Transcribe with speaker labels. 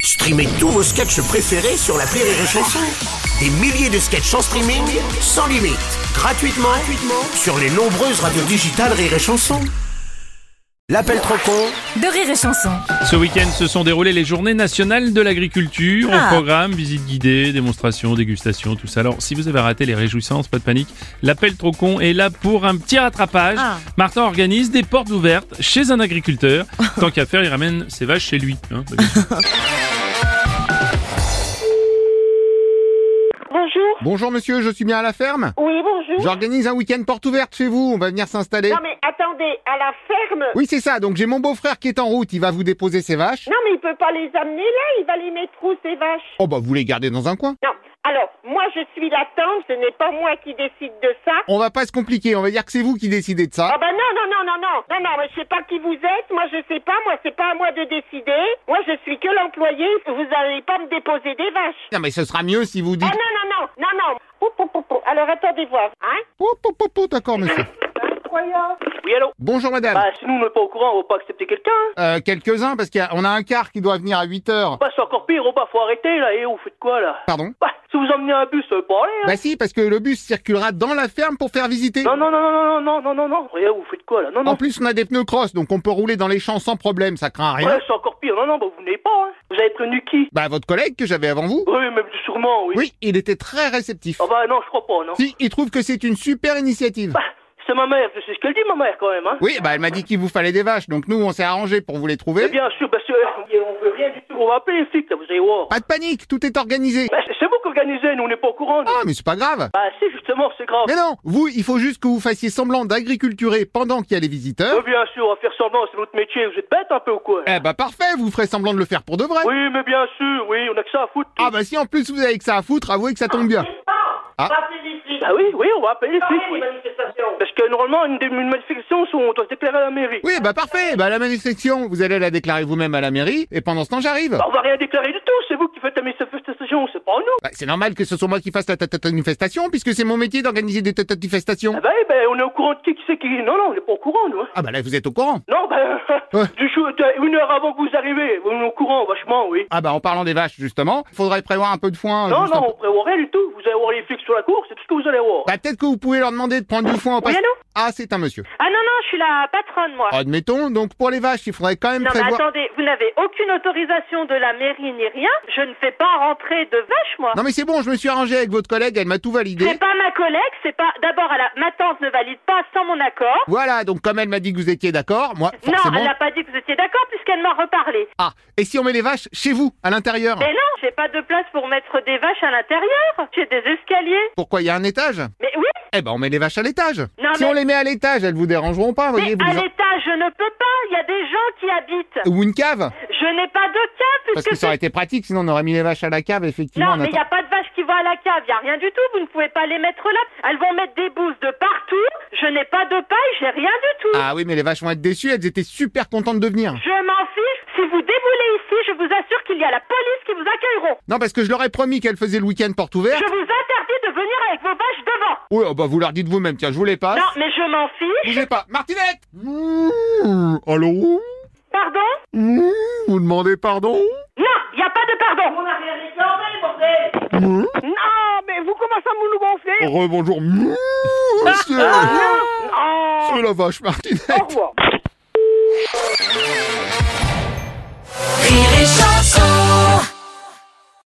Speaker 1: Streamez tous vos sketchs préférés sur la Rire et Chanson. Des milliers de sketchs en streaming, sans limite, gratuitement, gratuitement sur les nombreuses radios digitales Rire et Chanson. L'appel trop con
Speaker 2: de rire et chanson.
Speaker 3: Ce week-end se sont déroulées les journées nationales de l'agriculture.
Speaker 2: Ah.
Speaker 3: Au programme, visites guidées, démonstrations, dégustations, tout ça. Alors, si vous avez raté les réjouissances, pas de panique. L'appel trop con est là pour un petit rattrapage.
Speaker 2: Ah.
Speaker 3: Martin organise des portes ouvertes chez un agriculteur. Tant qu'à faire, il ramène ses vaches chez lui. hein. Bah, bien sûr.
Speaker 4: Bonjour.
Speaker 5: Bonjour monsieur, je suis bien à la ferme
Speaker 4: Oui, bonjour.
Speaker 5: J'organise un week-end porte ouverte chez vous, on va venir s'installer.
Speaker 4: Non mais attendez, à la ferme
Speaker 5: Oui c'est ça, donc j'ai mon beau-frère qui est en route, il va vous déposer ses vaches.
Speaker 4: Non mais il peut pas les amener là, il va les mettre où ces vaches
Speaker 5: Oh bah vous les gardez dans un coin.
Speaker 4: Non. Alors, moi je suis la tante, ce n'est pas moi qui décide de ça.
Speaker 5: On va pas se compliquer, on va dire que c'est vous qui décidez de
Speaker 4: Ah
Speaker 5: ça.
Speaker 4: bah non, non, non, non, non. Non, non, mais je sais pas qui vous êtes, moi je sais pas, moi c'est pas à moi de décider. Moi je suis que l'employé, vous n'allez pas me déposer des vaches.
Speaker 5: Non mais ce sera mieux si vous
Speaker 4: bah- Ah
Speaker 5: dites...
Speaker 4: non, non, non, non, non. Pou, pou, pou, pou. Alors attendez voir, hein
Speaker 5: Oh, po, po, po, d'accord monsieur.
Speaker 6: Oui, allô
Speaker 5: Bonjour madame.
Speaker 6: Bah, si nous, on n'est pas au courant, on va pas accepter quelqu'un. hein.
Speaker 5: Euh, quelques-uns parce qu'on a un quart qui doit venir à 8 heures.
Speaker 6: Bah, c'est encore pire, oh, bah, faut arrêter, là, et vous faites quoi, là
Speaker 5: Pardon
Speaker 6: Bah, si vous emmenez un bus, ça veut pas aller, hein.
Speaker 5: Bah si, parce que le bus circulera dans la ferme pour faire visiter.
Speaker 6: Non, non, non, non, non, non, non, non, non, et vous faites quoi, là Non,
Speaker 5: En
Speaker 6: non,
Speaker 5: plus on a des pneus cross, donc on peut rouler dans les champs sans problème, ça craint rien.
Speaker 6: ouais, c'est encore pire, non, non, bah, vous n'avez pas, hein. Vous avez prévenu qui
Speaker 5: Bah votre collègue que j'avais avant vous
Speaker 6: Oui, mais sûrement, oui.
Speaker 5: Oui, il était très réceptif.
Speaker 6: Ah, bah, non, je crois pas, non.
Speaker 5: Si, il trouve que c'est une super initiative.
Speaker 6: Bah, c'est ma mère, je sais ce qu'elle dit, ma mère, quand même, hein.
Speaker 5: Oui, bah elle m'a dit qu'il vous fallait des vaches, donc nous on s'est arrangé pour vous les
Speaker 6: Et
Speaker 5: trouver.
Speaker 6: bien sûr, bah, si, euh, on veut rien du tout, on va appeler les flics, là, vous allez voir.
Speaker 5: Pas de panique, tout est organisé.
Speaker 6: Bah, c'est- c'est vous qui organisez, nous, on n'est pas au courant, nous.
Speaker 5: Ah, mais c'est pas grave.
Speaker 6: Bah, si, justement, c'est grave.
Speaker 5: Mais non, vous, il faut juste que vous fassiez semblant d'agriculturer pendant qu'il y a les
Speaker 6: Oui,
Speaker 5: visiteurs.
Speaker 6: bien sûr, on va faire semblant, c'est notre métier, vous êtes bête un peu ou quoi
Speaker 5: Eh bah parfait, vous ferez semblant de le faire pour de vrai.
Speaker 6: Oui, mais bien sûr, oui, on a que ça à foutre.
Speaker 5: Ah bah si en plus vous avez que ça à foutre, avouez que ça tombe bien. Ah.
Speaker 6: Bah oui, oui, on va appeler les flics, oui. Parce que normalement, une, une manifestation, sont- on doit se déclarer à la mairie.
Speaker 5: Oui, bah parfait, bah la manifestation, vous allez la déclarer vous-même à la mairie, et pendant ce temps j'arrive.
Speaker 6: Bah, on va rien déclarer du tout, c'est vous qui faites la manifestation, c'est pas nous.
Speaker 5: Bah, c'est normal que ce soit moi qui fasse la tata manifestation, puisque c'est mon métier d'organiser des tata
Speaker 6: Ah
Speaker 5: manifestations.
Speaker 6: bah oui, bah, on est au courant de qui, qui c'est qui. Non, non, on n'est pas au courant, nous. hein.
Speaker 5: Ah bah là vous êtes au courant.
Speaker 6: Non, bah,
Speaker 5: Ouais.
Speaker 6: du jour- de- une heure avant que vous arrivez, on est au courant, vachement, oui.
Speaker 5: Ah bah en parlant des vaches justement, faudrait prévoir un peu de foin. euh,
Speaker 6: Non,
Speaker 5: Ah, juste un
Speaker 6: non,
Speaker 5: peu.
Speaker 6: on prévoit rien du tout. Vous allez voir les flics sur la cour, c'est tout ce que vous allez voir.
Speaker 5: Bah peut-être que vous pouvez leur demander de prendre du foin au
Speaker 4: Oui,
Speaker 5: passage.
Speaker 4: allô
Speaker 5: Ah, c'est un monsieur. Oh,
Speaker 4: Ah non, non, je suis la patronne, moi.
Speaker 5: Admettons, donc pour les vaches, il faudrait quand même
Speaker 4: Non, mais
Speaker 5: prévoir...
Speaker 4: attendez, vous n'avez aucune autorisation de la mairie ni rien. Je ne fais pas rentrer de vaches, moi.
Speaker 5: Non mais c'est bon, je me suis arrangé avec votre collègue, elle m'a tout validé.
Speaker 4: C'est pas ma collègue, c'est pas. D'abord, elle a- ma tante ne valide pas sans mon accord.
Speaker 5: Voilà, donc comme elle m'a dit que vous étiez d'accord, moi,
Speaker 4: Non,
Speaker 5: forcément...
Speaker 4: elle n'a pas dit que vous étiez d'accord puisqu'elle m'a reparlé.
Speaker 5: Ah, et si on met les vaches chez vous, à l'intérieur
Speaker 4: Mais non, j'ai pas de place pour mettre des vaches à l'intérieur. J'ai des escaliers.
Speaker 5: Pourquoi, il y a un étage
Speaker 4: Mais oui,
Speaker 5: Eh ben, on met les vaches à l'étage.
Speaker 4: Non,
Speaker 5: si
Speaker 4: mais-
Speaker 5: on les met à l'étage, elles vous dérangeront pas,
Speaker 4: mais
Speaker 5: voyez, vous
Speaker 4: à
Speaker 5: les en-
Speaker 4: l'étage, je ne peux pas. Il y a des gens qui habitent.
Speaker 5: Ou une cave,
Speaker 4: Je n'ai pas de cave
Speaker 5: parce
Speaker 4: puisque.
Speaker 5: que ça aurait
Speaker 4: c'est-
Speaker 5: été pratique, sinon on aurait mis les vaches à la cave, effectivement.
Speaker 4: Non,
Speaker 5: en
Speaker 4: mais il n'y a pas de vaches qui vont à la cave, il n'y a rien du tout, vous ne pouvez pas les mettre là. Elles vont mettre des bouses de partout, je n'ai pas de paille, j'ai rien du tout.
Speaker 5: Ah oui, mais les vaches vont être déçues, elles étaient super contentes de venir.
Speaker 4: Je m'en fiche. Si vous déboulez ici, je vous assure qu'il y a la police qui vous accueilleront.
Speaker 5: Non, parce que je leur ai promis qu'elles faisaient le week-end porte ouverte.
Speaker 4: Je vous interdis de venir avec vos vaches devant.
Speaker 5: Oui, oh, bah vous leur dites vous-même, tiens, je voulais pas.
Speaker 4: Non, mais je m'en fiche.
Speaker 5: Bougez pas. Martinette Mmh, Allô
Speaker 4: Pardon
Speaker 5: Vous demandez pardon
Speaker 4: Non, il n'y a pas de pardon.
Speaker 6: Non, mais vous commencez à nous gonfler.
Speaker 5: Rebonjour. Mmh, Monsieur C'est la vache, Martinette
Speaker 6: revoir.
Speaker 1: Rire et Chanson